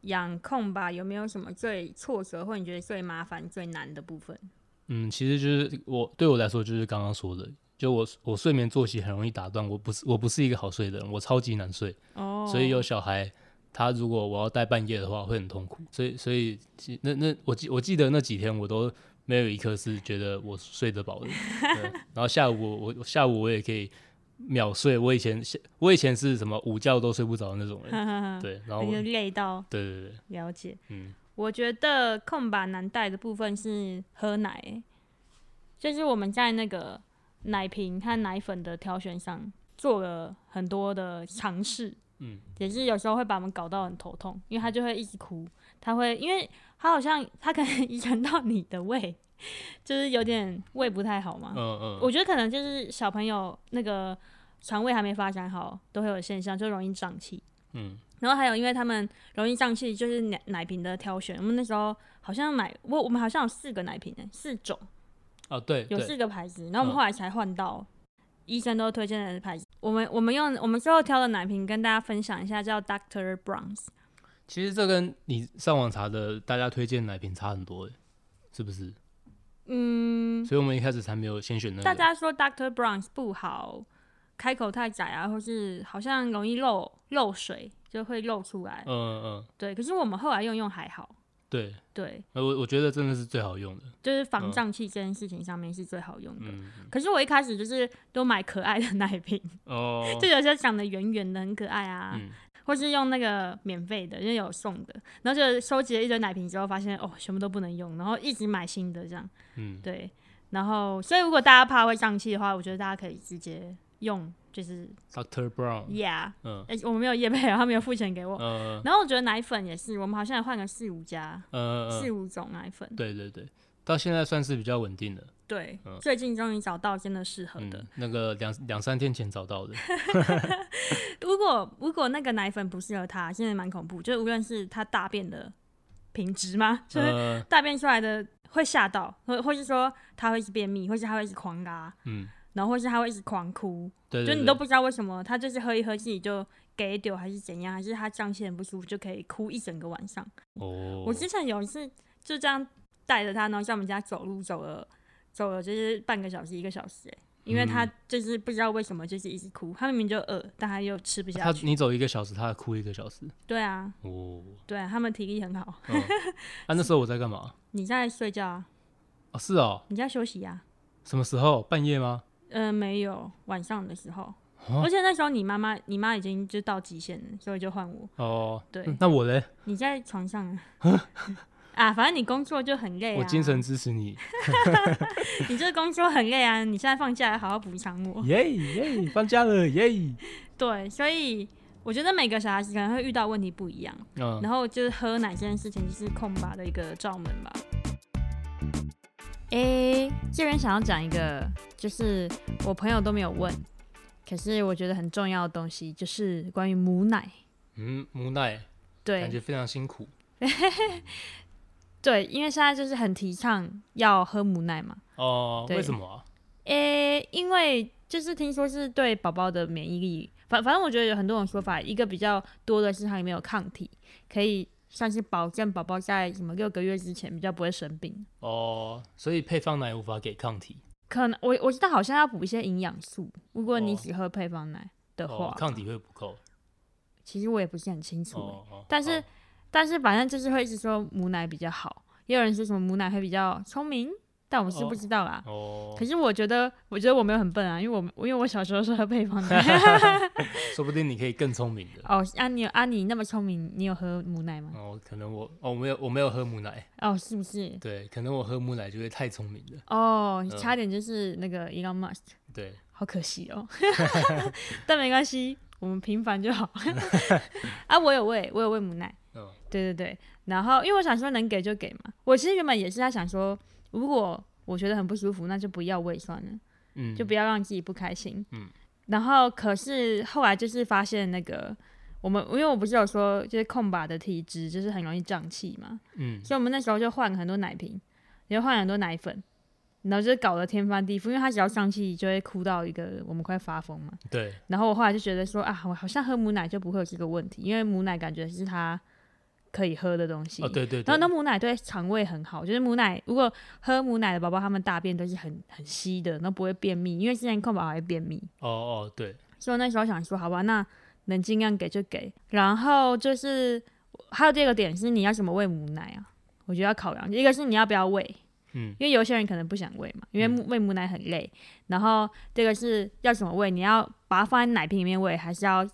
Speaker 1: 养控吧有没有什么最挫折，或你觉得最麻烦、最难的部分？
Speaker 2: 嗯，其实就是我对我来说就是刚刚说的，就我我睡眠作息很容易打断，我不是我不是一个好睡的人，我超级难睡。
Speaker 1: 哦
Speaker 2: 所以有小孩，他如果我要带半夜的话，会很痛苦。所以，所以其那那我记我记得那几天我都没有一刻是觉得我睡得 饱的。对然后下午我我下午我也可以秒睡。我以前我以前是什么午觉都睡不着的那种
Speaker 1: 嗯
Speaker 2: 人，对。然后
Speaker 1: 你
Speaker 2: 我
Speaker 1: 就
Speaker 2: 对
Speaker 1: 累到
Speaker 2: 对对，
Speaker 1: 了解。
Speaker 2: 嗯，
Speaker 1: 我觉得空吧难带的部分是喝奶、就是我们在那个奶瓶和奶粉的挑选上做了很多的尝试，
Speaker 2: 嗯，
Speaker 1: 也是有时候会把我们搞到很头痛，因为他就会一直哭，他会因为他好像他可能 遗传到你的胃，就是有点胃不太好嘛，
Speaker 2: 嗯嗯，
Speaker 1: 我觉得可能就是小朋友那个肠胃还没发展好，都会有现象，就容易胀气。
Speaker 2: 嗯，
Speaker 1: 然后还有，因为他们容易胀气，就是奶奶瓶的挑选。我们那时候好像买，我我们好像有四个奶瓶诶、四种，
Speaker 2: 哦，对，
Speaker 1: 有
Speaker 2: 对，嗯
Speaker 1: 四个牌子。然后我们后来才换到、医生都推荐的牌子。我们我们用我们最后挑的奶瓶跟大家分享一下，叫 Doctor Browns。
Speaker 2: 其实这跟你上网查的大家推荐奶瓶差很多，欸是不是？
Speaker 1: 嗯，
Speaker 2: 所以我们一开始才没有先选那个。
Speaker 1: 大家说 Doctor Browns 不好，开口太窄啊，或是好像容易漏漏水，就会漏出来。
Speaker 2: 嗯，嗯嗯，
Speaker 1: 对，可是我们后来用用还好。
Speaker 2: 对，
Speaker 1: 对，
Speaker 2: 呃我我觉得真的是最好用的。
Speaker 1: 就是防
Speaker 2: 嗯
Speaker 1: 胀气这件事情上面是最好用的。
Speaker 2: 嗯，
Speaker 1: 可是我一开始就是都买可爱的奶瓶，
Speaker 2: 哦，
Speaker 1: 就有些长得圆圆的，很可爱啊，
Speaker 2: 嗯，
Speaker 1: 或是用那个免费的，因为有送的，然后就收集了一堆奶瓶之后，发现哦，全部都不能用，然后一直买新的这样，
Speaker 2: 嗯，
Speaker 1: 对，然后所以如果大家怕会胀气的话，我觉得大家可以直接用，就是
Speaker 2: ，Doctor Brown，
Speaker 1: yeah，
Speaker 2: 嗯
Speaker 1: 诶我们没有业配啊，他没有付钱给我，
Speaker 2: 呃
Speaker 1: 然后我觉得奶粉也是，我们好像也换个四五家。
Speaker 2: 呃呃，
Speaker 1: 四五种奶粉，
Speaker 2: 对对对，到现在算是比较稳定的，
Speaker 1: 对，
Speaker 2: 嗯
Speaker 1: 最近终于找到真的适合的。
Speaker 2: 嗯，那个两两三天前找 到的，
Speaker 1: 如果如果那个奶粉不适合他，现在蛮恐怖，就是无论是他大便的品质吗？就是
Speaker 2: 呃，
Speaker 1: 大便出来的会吓到，或或是说他会一直便秘，或是他会一直狂拉，
Speaker 2: 嗯，
Speaker 1: 然后或是他会一直狂哭，
Speaker 2: 对对
Speaker 1: 就
Speaker 2: 对，
Speaker 1: 你都不知道为什么，他就是喝一喝自己就给丢，还是怎样，还是他胀气很不舒服就可以哭一整个晚上。
Speaker 2: 哦，
Speaker 1: 我之前有一次就这样带着他，然后在我们家走路走了走了就是半个小时一个小时、欸因为
Speaker 2: 嗯
Speaker 1: 他就是不知道为什么就是一直哭，他明明就饿，但他又吃不
Speaker 2: 他
Speaker 1: 下去。
Speaker 2: 你走一个小时，他哭一个小时，
Speaker 1: 对啊，
Speaker 2: 哦，
Speaker 1: 对啊，他们体力很好。
Speaker 2: 嗯啊，那时候我在干嘛？
Speaker 1: 你在睡觉啊？
Speaker 2: 哦，是哦，
Speaker 1: 你在休息啊？
Speaker 2: 什么时候？半夜吗？
Speaker 1: 呃，没有，晚上的时候。
Speaker 2: 哦
Speaker 1: 而且那时候你妈妈，你妈已经就到极限了，所以就换我。
Speaker 2: 哦，
Speaker 1: 对
Speaker 2: 嗯那我嘞，
Speaker 1: 你在床上 啊？啊，反正你工作就很累啊。
Speaker 2: 我精神，支持你，
Speaker 1: 你这工作很累啊。你现在放假来好好补偿我。
Speaker 2: 耶耶，放假了耶，
Speaker 1: 对，所以我觉得每个小孩子可能会遇到问题不一样，
Speaker 2: 嗯，
Speaker 1: 然后就是喝奶这件事情就是空白的一个罩门吧。诶、这边想要讲一个，就是我朋友都没有问，可是我觉得很重要的东西，就是关于母奶。
Speaker 2: 嗯，无奈，
Speaker 1: 对
Speaker 2: 感觉非常辛苦，
Speaker 1: 对，因为现在就是很提倡要喝母奶嘛。
Speaker 2: 哦，
Speaker 1: 对
Speaker 2: 为什么啊？
Speaker 1: 诶、因为就是听说是对宝宝的免疫力，反反正我觉得有很多种说法，一个比较多的是它里面有抗体，可以算是保证宝宝在什么六个月之前比较不会生病。
Speaker 2: 哦，所以配方奶无法给抗体，
Speaker 1: 可能我我知道好像要补一些营养素，如果你
Speaker 2: 哦
Speaker 1: 只喝配方奶的话，
Speaker 2: 哦，抗体会不够，
Speaker 1: 其实我也不是很清楚、欸
Speaker 2: 哦哦，
Speaker 1: 但是
Speaker 2: 哦
Speaker 1: 但是反正就是会一直说母奶比较好，也有人说什么母奶会比较聪明，但我们是不
Speaker 2: 哦
Speaker 1: 知道啦。
Speaker 2: 哦，
Speaker 1: 可是我觉得，我觉得我没有很笨啊，因为我们因为我小时候是喝配方奶，
Speaker 2: 说不定你可以更聪明的。
Speaker 1: 哦，啊你有啊你那么聪明，你有喝母奶吗？
Speaker 2: 哦，可能我哦，我没有我没有喝母奶，
Speaker 1: 哦，是不是？
Speaker 2: 对，可能我喝母奶就会太聪明了，
Speaker 1: 哦，
Speaker 2: 嗯
Speaker 1: 差点就是那个 Elon Musk，
Speaker 2: 对，
Speaker 1: 好可惜哦。 但没关系，我们平凡就好。 啊，我有喂，我有喂母奶。
Speaker 2: 嗯
Speaker 1: 对对对，然后因为我想说能给就给嘛，我其实原本也是在想说，如果我觉得很不舒服，那就不要喂算了，
Speaker 2: 嗯，
Speaker 1: 就不要让自己不开心。
Speaker 2: 嗯。
Speaker 1: 然后可是后来就是发现那个我们，因为我不是有说就是空白的体质就是很容易胀气嘛，
Speaker 2: 嗯，
Speaker 1: 所以我们那时候就换很多奶瓶，也换很多奶粉，然后就是搞得天翻地覆，因为他只要上气就会哭到一个我们快发疯嘛。
Speaker 2: 对，
Speaker 1: 然后我后来就觉得说啊，我好像喝母奶就不会有这个问题，因为母奶感觉是他可以喝的东西。
Speaker 2: 哦对对
Speaker 1: 然后
Speaker 2: 对，
Speaker 1: 那母奶对肠胃很好，就是母奶如果喝母奶的宝宝，他们大便都是很很稀的，那不会便秘，因为之前控宝宝还便秘。
Speaker 2: 哦哦对，
Speaker 1: 所以我那时候想说，好吧，那能尽量给就给。然后就是还有第二个点是，你要怎么喂母奶啊？我觉得要考量，一个是你要不要喂，
Speaker 2: 嗯
Speaker 1: 因为有些人可能不想喂嘛，因为母喂母奶很累。然后这个是要怎么喂？你要把它放在奶瓶里面喂，还是要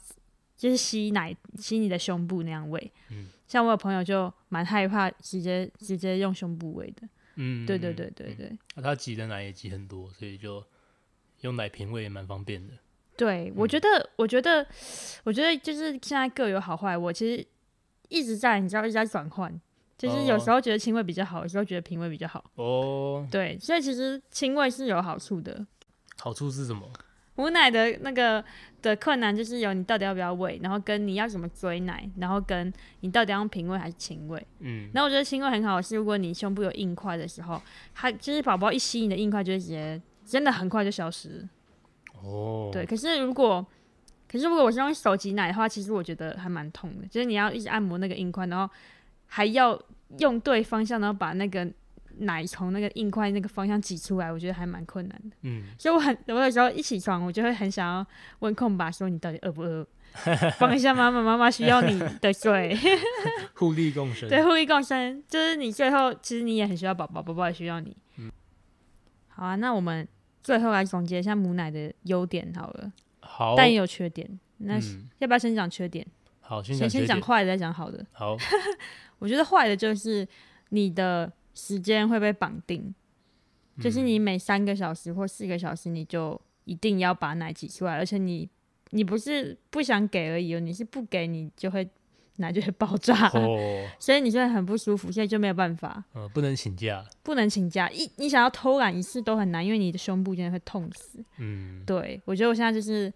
Speaker 1: 就是吸奶吸你的胸部那样喂？
Speaker 2: 嗯
Speaker 1: 像我有朋友就蛮害怕直接直接用胸部喂的。
Speaker 2: 嗯，
Speaker 1: 对对
Speaker 2: 嗯
Speaker 1: 对对对。
Speaker 2: 那他挤的奶也挤很多，所以就用奶瓶喂也蛮方便的。
Speaker 1: 对，我觉得，我觉得，我觉得就是现在各有好坏。我其实一直在，你知道，一直在转换，就是有时候觉得亲喂比较好，有时候觉得平喂比较好。
Speaker 2: 哦，
Speaker 1: 对，所以其实亲喂是有好处的。
Speaker 2: 好处是什么？
Speaker 1: 母奶的那个的困难就是有你到底要不要喂，然后跟你要怎么追奶，然后跟你到底要用平喂还是亲喂。
Speaker 2: 嗯，
Speaker 1: 然后我觉得亲喂很好，是如果你胸部有硬块的时候，它就是宝宝一吸你的硬块就会直接真的很快就消失了。
Speaker 2: 哦，
Speaker 1: 对，，可是如果可是如果我是用手挤奶的话，其实我觉得还蛮痛的，就是你要一直按摩那个硬块，然后还要用对方向，然后把那个奶从那个硬块那个方向挤出来，我觉得还蛮困难的。
Speaker 2: 嗯，
Speaker 1: 所以我很我有时候一起床，我就会很想要问空吧，说你到底饿不饿？ 帮一下妈妈，妈妈需要你的睡。
Speaker 2: 互利共生。
Speaker 1: 对，，互利共生，就是你最后其实你也很需要宝宝，宝宝也需要你。好啊，那我们最后来总结一下母奶的优点好了。
Speaker 2: 好，
Speaker 1: 但也有缺点。那是
Speaker 2: 哦嗯，
Speaker 1: 要不要先讲缺点？
Speaker 2: 好，先
Speaker 1: 先
Speaker 2: 讲
Speaker 1: 先
Speaker 2: 缺
Speaker 1: 讲
Speaker 2: 点。
Speaker 1: 坏的，再讲好的。
Speaker 2: 好，
Speaker 1: 我觉得坏的就是你的时间会被绑定，
Speaker 2: 嗯
Speaker 1: 就是你每三个小时或四个小时，你就一定要把奶挤出来，而且你你不是不想给而已哦，你是不给你就会奶就会爆炸，
Speaker 2: 哦，
Speaker 1: 所以你就会很不舒服，所以就没有办法，
Speaker 2: 呃，不能请假。
Speaker 1: 不能请假。一你想要偷懒一次都很难，因为你的胸部真的会痛死。
Speaker 2: 嗯，
Speaker 1: 对我觉得我现在就是。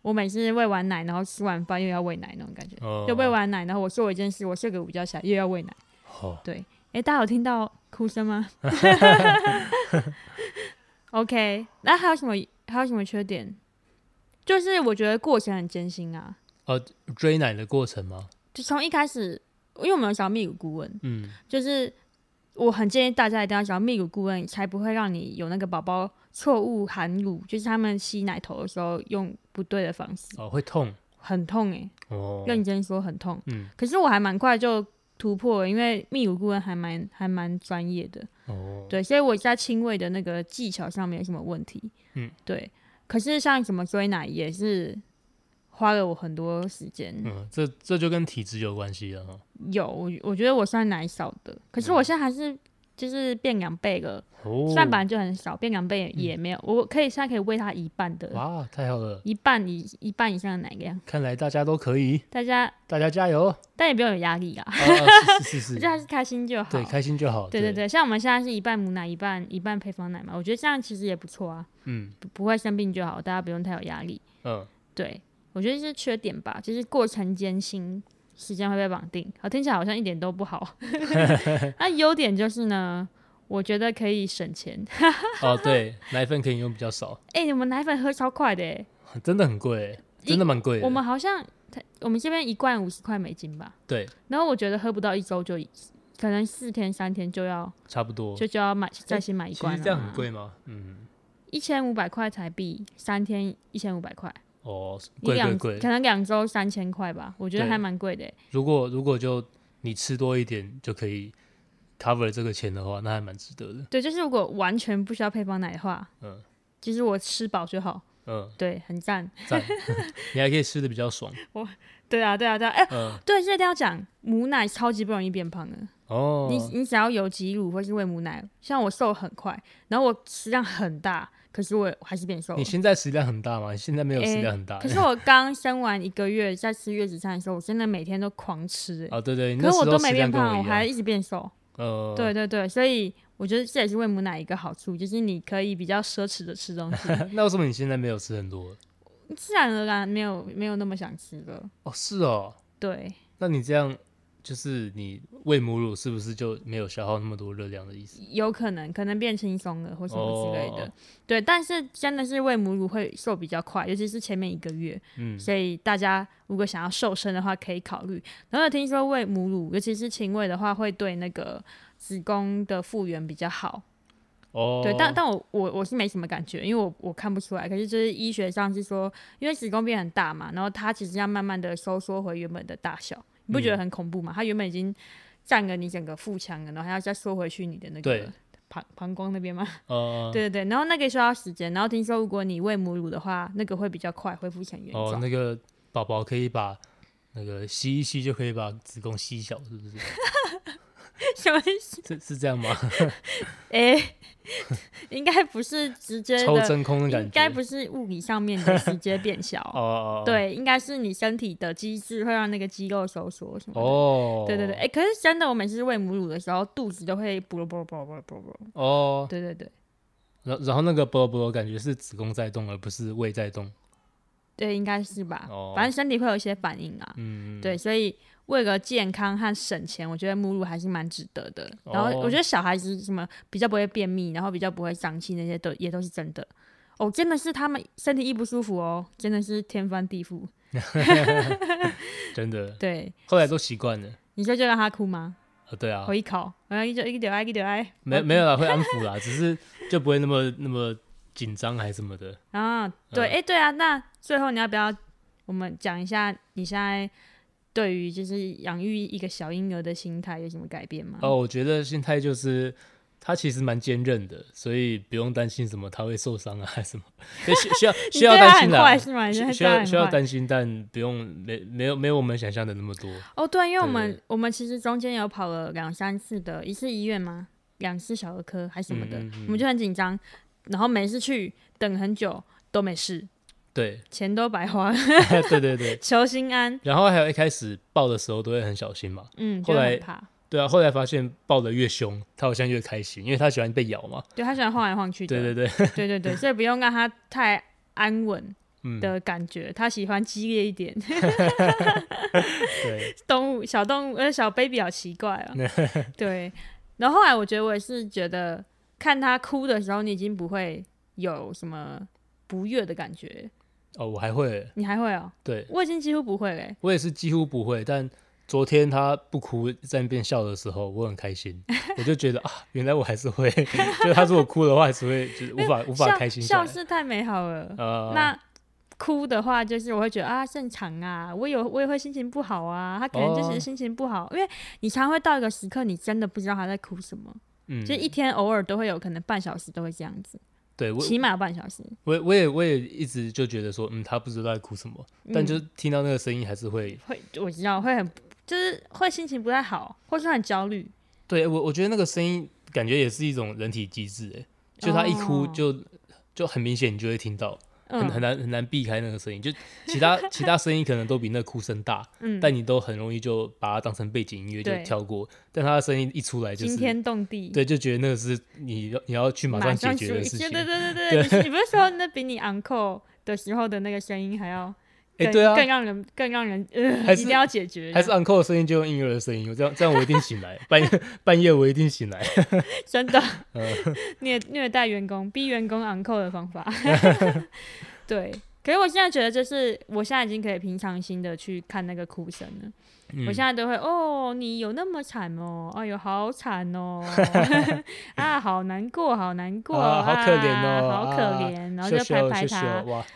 Speaker 1: 我每次喂完奶，然后吃完饭又要喂奶那种感觉，
Speaker 2: 哦，
Speaker 1: 就喂完奶，然后我做一件事，我睡个午觉起来又要喂奶。
Speaker 2: 好，
Speaker 1: 对，诶，大家有听到哭声吗 ？OK，那还有什么还有什么缺点？就是我觉得过程很艰辛啊，
Speaker 2: 追奶的过程吗？
Speaker 1: 就从一开始，因为我们有找泌乳顾问，
Speaker 2: 嗯，
Speaker 1: 就是我很建议大家一定要找泌乳顾问，才不会让你有那个宝宝错误含乳，就是他们吸奶头的时候用不对的方式，
Speaker 2: 哦，会痛。
Speaker 1: 很痛欸诶、
Speaker 2: 哦，
Speaker 1: 认真说很痛。
Speaker 2: 嗯，
Speaker 1: 可是我还蛮快就突破了，因为泌乳顾问还蛮还蛮专业的，
Speaker 2: 哦，
Speaker 1: 对，所以我在亲喂的那个技巧上没有什么问题。
Speaker 2: 嗯，
Speaker 1: 对。可是像什么追奶也是花了我很多时间，
Speaker 2: 嗯，这这就跟体质有关系了哈。
Speaker 1: 有我我觉得我算奶少的，可是我现在还是。就是变两倍了，
Speaker 2: 嗯哦，嗯
Speaker 1: 算本来就很少，变两倍也没有。我可以现在可以喂它一半的，
Speaker 2: 哇，太好了！
Speaker 1: 一半以一半以上的奶量。
Speaker 2: 看来大家都可以，
Speaker 1: 大家
Speaker 2: 大家 加油！哦，
Speaker 1: 但也不用有压力啊，
Speaker 2: 哦是是 是
Speaker 1: 我觉得
Speaker 2: 是，
Speaker 1: 还是开心就好。
Speaker 2: 哦对，开心就好。
Speaker 1: 对对，对，像我们现在是一半母奶，一半一半配方奶嘛，我觉得这样其实也不错啊，
Speaker 2: 嗯
Speaker 1: 不不会生病就好，大家不用太有压力。
Speaker 2: 嗯，
Speaker 1: 对，我觉得是缺点吧，就是过程艰辛，时间会被绑定。好，听起来好像一点都不 好。那优点就是呢，我觉得可以省钱。
Speaker 2: 哦，对，奶粉可以用比较少，
Speaker 1: 哎、你们奶粉喝超快的哎，
Speaker 2: 真的很贵，欸真的蛮贵的。
Speaker 1: 我们好像我们这边一罐五十块美金吧，
Speaker 2: 对，
Speaker 1: 然后我觉得喝不到一周就。可能四天三天就要
Speaker 2: 差不多。
Speaker 1: 就就要买再新买一
Speaker 2: 其
Speaker 1: 罐
Speaker 2: 实
Speaker 1: 了，
Speaker 2: 这样很贵吗？嗯，
Speaker 1: 一千五百块台币，三天一千五百块，
Speaker 2: 哦，
Speaker 1: 你
Speaker 2: 贵
Speaker 1: 两
Speaker 2: 贵贵。
Speaker 1: 可能两周三千块吧，我觉得
Speaker 2: 对
Speaker 1: 还蛮贵的欸。
Speaker 2: 如果如果就你吃多一点就可以 cover 这个钱的话，那还蛮值得的。
Speaker 1: 对，就是如果完全不需要配方奶的话，
Speaker 2: 嗯
Speaker 1: 其实我吃饱就好，
Speaker 2: 嗯，
Speaker 1: 对，很赞。
Speaker 2: 赞，你还可以吃的比较爽。
Speaker 1: 对啊，对啊，对啊，哎、
Speaker 2: 嗯
Speaker 1: 对，这一定要讲，母奶超级不容易变胖的。
Speaker 2: 哦，
Speaker 1: 你你只要有挤乳或是喂母奶，像我瘦很快，然后我食量很大，可是我还是变瘦了
Speaker 2: 你。现在食量很大吗？你现在没有食
Speaker 1: 诶
Speaker 2: 量很 大。
Speaker 1: 可是我刚生完一个月，在吃月子餐的时候，我真的每天都狂吃、欸，
Speaker 2: 哦，对对，你
Speaker 1: 可
Speaker 2: 那
Speaker 1: 是我
Speaker 2: 时候
Speaker 1: 都没
Speaker 2: 食
Speaker 1: 变
Speaker 2: 量跟
Speaker 1: 胖，
Speaker 2: 我
Speaker 1: 我
Speaker 2: 一
Speaker 1: 还
Speaker 2: 样。
Speaker 1: 一直变瘦。
Speaker 2: 呃，
Speaker 1: 对对对，所以我觉得这也是喂母奶一个好处，就是你可以比较奢侈的吃东西，
Speaker 2: 那为什么你现在没有吃很多？
Speaker 1: 自然而然没有没有那么想吃了。
Speaker 2: 哦，是哦，
Speaker 1: 对，
Speaker 2: 那你这样就是你喂母乳是不是就没有消耗那么多热量的意思？
Speaker 1: 有可能可能变轻松了或什么之类的。
Speaker 2: 哦
Speaker 1: 对，但是真的是喂母乳会瘦比较快，尤其是前面一个月，
Speaker 2: 嗯，
Speaker 1: 所以大家如果想要瘦身的话，可以考虑。然后有听说喂母乳，尤其是亲喂的话，会对那个子宫的复原比较好。
Speaker 2: 哦，
Speaker 1: 对，但但我我我是没什么感觉，因为我我看不出来。可是就是医学上是说，因为子宫变很大嘛，然后它其实要慢慢的收缩回原本的大小，你不
Speaker 2: 嗯
Speaker 1: 觉得很恐怖吗？它原本已经占了你整个腹腔了，然后还要再缩回去你的那
Speaker 2: 对
Speaker 1: 个膀膀胱那边吗？
Speaker 2: 呃，
Speaker 1: 对对对，然后那个需要时间，然后听说如果你喂母乳的话，那个会比较快恢复成原
Speaker 2: 哦，
Speaker 1: 状。
Speaker 2: 那个宝宝可以把那个吸一吸就可以把子宫吸小，是不是？
Speaker 1: 什么意思？
Speaker 2: 是是这样吗？
Speaker 1: 哎、 应该不是直接
Speaker 2: 抽
Speaker 1: 的，
Speaker 2: 真空的感觉？
Speaker 1: 应该不是物理上面的直接变 小。
Speaker 2: 哦哦，哦，
Speaker 1: 对，应该是你身体的机制会让那个肌肉收缩什么的。
Speaker 2: 哦，
Speaker 1: 对对对，哎、，可是真的，我每次喂母乳的时候，肚子都会啵啵啵啵啵啵啵。
Speaker 2: 哦，
Speaker 1: 对对对，
Speaker 2: 然然后那个 “bro bro” 感觉是子宫在动，而不是胃在动。
Speaker 1: 对，应该是吧。
Speaker 2: 哦
Speaker 1: 反正身体会有一些反应啊。
Speaker 2: 嗯，
Speaker 1: 对，所以为了健康和省钱，我觉得母乳还是蛮值得的。
Speaker 2: 哦
Speaker 1: 然后我觉得小孩子什么比较不会便秘，然后比较不会胀气，那些都也都是真的。哦，真的是他们身体一不舒服哦，真的是天翻地覆。
Speaker 2: 真的。
Speaker 1: 对，
Speaker 2: 后来都习惯了。
Speaker 1: 你说就让他哭吗？
Speaker 2: 呃，对啊
Speaker 1: 我，一口，然后一就一点爱，一点爱。
Speaker 2: 没没有啦，会安抚啦，只是就不会那么那么紧张还是什么的。
Speaker 1: 啊，对，
Speaker 2: 嗯
Speaker 1: 哎、对啊，那最后你要不要我们讲一下你现在对于就是养育一个小婴儿的心态有什么改变吗？
Speaker 2: 哦，我觉得心态就是他其实蛮坚韧的，所以不用担心什么他会受伤啊还是什么， 所以需需要
Speaker 1: 你
Speaker 2: 需要
Speaker 1: 对他
Speaker 2: 担心
Speaker 1: 很坏
Speaker 2: 啦。
Speaker 1: 是吗？你
Speaker 2: 需
Speaker 1: 对
Speaker 2: 需
Speaker 1: 他
Speaker 2: 要
Speaker 1: 很
Speaker 2: 需要
Speaker 1: 坏
Speaker 2: 担心，但不用没没有没有我们想象的那么多。
Speaker 1: 哦，对，因为我们
Speaker 2: 对
Speaker 1: 我们其实中间有跑了两三次的，一次医院吗？两次小儿科还是什么的，
Speaker 2: 嗯嗯嗯
Speaker 1: 我们就很紧张，然后每次去等很久都没事，
Speaker 2: 对，
Speaker 1: 钱都白花了，
Speaker 2: 对对对。
Speaker 1: 求心安，
Speaker 2: 然后还有一开始抱的时候都会很小心嘛，
Speaker 1: 嗯，
Speaker 2: 后
Speaker 1: 就
Speaker 2: 来
Speaker 1: 很怕，
Speaker 2: 对啊。后来发现抱的越凶，他好像越开心，因为他喜欢被咬嘛。
Speaker 1: 对他喜欢晃来晃去的，
Speaker 2: 对对对，
Speaker 1: 对对对，所以不用让他太安稳
Speaker 2: 嗯，
Speaker 1: 的感觉，他喜欢激烈一点。
Speaker 2: 对，
Speaker 1: 动物小动物呃小 baby 好奇怪啊， 对。然后后来我觉得我也是觉得看他哭的时候，你已经不会有什么不悦的感觉，
Speaker 2: 哦，我还会，
Speaker 1: 你还会哦、
Speaker 2: 对
Speaker 1: 我已经几乎不会嘞、欸
Speaker 2: 我也是几乎不会，但昨天他不哭在那边笑的时候，我很 开心，我就觉得啊，原来我还是会， 就是他如果哭的话，还是会就是 无法无法
Speaker 1: 笑
Speaker 2: 开心下
Speaker 1: 笑
Speaker 2: 来。
Speaker 1: 是太美好了。
Speaker 2: 呃，
Speaker 1: 那哭的话，就是我会觉得啊，正常啊，我有我也会心情不好啊，他可能就
Speaker 2: 哦
Speaker 1: 是心情不好，因为你常会到一个时刻，你真的不知道他在哭什么，
Speaker 2: 嗯
Speaker 1: 就，一天偶尔都会有可能半小时都会这样子，
Speaker 2: 对我
Speaker 1: 起码半小时。
Speaker 2: 我我也我也一直就觉得说，嗯，他不知道在哭什么，但
Speaker 1: 嗯
Speaker 2: 就是听到那个声音还是会，
Speaker 1: 会，我知道会很，就是会心情不太好，或是很焦虑。
Speaker 2: 对我我觉得那个声音感觉也是一种人体机制，哎，就他一哭
Speaker 1: 哦
Speaker 2: 就、就很明显，你就会听到，很很
Speaker 1: 嗯
Speaker 2: 难很难避开那个声音，就其他其他声音可能都比那哭声大，
Speaker 1: 嗯，
Speaker 2: 但你都很容易就把它当成背景音乐就
Speaker 1: 对
Speaker 2: 跳过，但他的声音一出来就
Speaker 1: 惊
Speaker 2: 是，
Speaker 1: 天动地，
Speaker 2: 对，就觉得那个是你要你要去马
Speaker 1: 马
Speaker 2: 解
Speaker 1: 上
Speaker 2: 决
Speaker 1: 处
Speaker 2: 的
Speaker 1: 理
Speaker 2: 事
Speaker 1: 对
Speaker 2: 情。
Speaker 1: 对对对对，你不是说那比你 uncle 的时候的那个声音还要
Speaker 2: 哎、
Speaker 1: 更、
Speaker 2: 对啊，
Speaker 1: 更让人更让人呃，
Speaker 2: 还
Speaker 1: 一
Speaker 2: 是
Speaker 1: 定要解决，
Speaker 2: 还是 uncle 的声音就用音乐的声音，我这样这样我一定醒来， 半夜半夜我一定醒来。
Speaker 1: 真 的
Speaker 2: 呃
Speaker 1: 虐虐待员工，逼员工 uncle 的方 法。 对，可是我现在觉得，就是我现在已经可以平常心的去看那个哭声了。
Speaker 2: 嗯
Speaker 1: 我现在都会哦，你有那么惨哦，哎呦，好惨 哦，啊，好难过，好难过，
Speaker 2: 啊好可怜哦
Speaker 1: 啊好可
Speaker 2: 啊
Speaker 1: 怜，然后就
Speaker 2: 秀
Speaker 1: 拍
Speaker 2: 秀
Speaker 1: 拍
Speaker 2: 秀秀
Speaker 1: 他，
Speaker 2: 哇，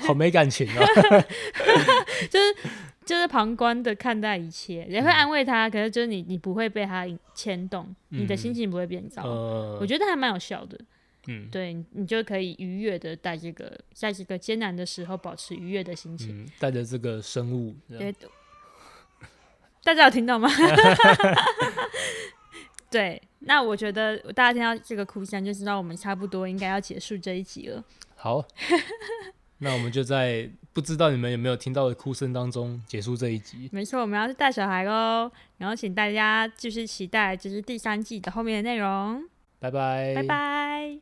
Speaker 2: 好没感情 啊！
Speaker 1: 就是就是旁观的看待一切，
Speaker 2: 嗯
Speaker 1: 也会安慰他，可是就是你你不会被他引牵动，你的心情不会变糟，我
Speaker 2: 嗯呃，
Speaker 1: 觉得还蛮有效的，
Speaker 2: 嗯
Speaker 1: 对你你就可以愉悦的在这个在这个艰难的时候保持愉悦的心情，
Speaker 2: 嗯，带着这个生物，
Speaker 1: 对 大家有听到吗？ 对，那我觉得大家听到这个哭声就知道我们差不多应该要结束这一集了。
Speaker 2: 好， 那我们就在不知道你们有没有听到的哭声当中结束这一集。
Speaker 1: 没错，我们要去带小孩喽，然后请大家继续期待就是第三季的后面的内容。
Speaker 2: 拜拜，
Speaker 1: 拜拜。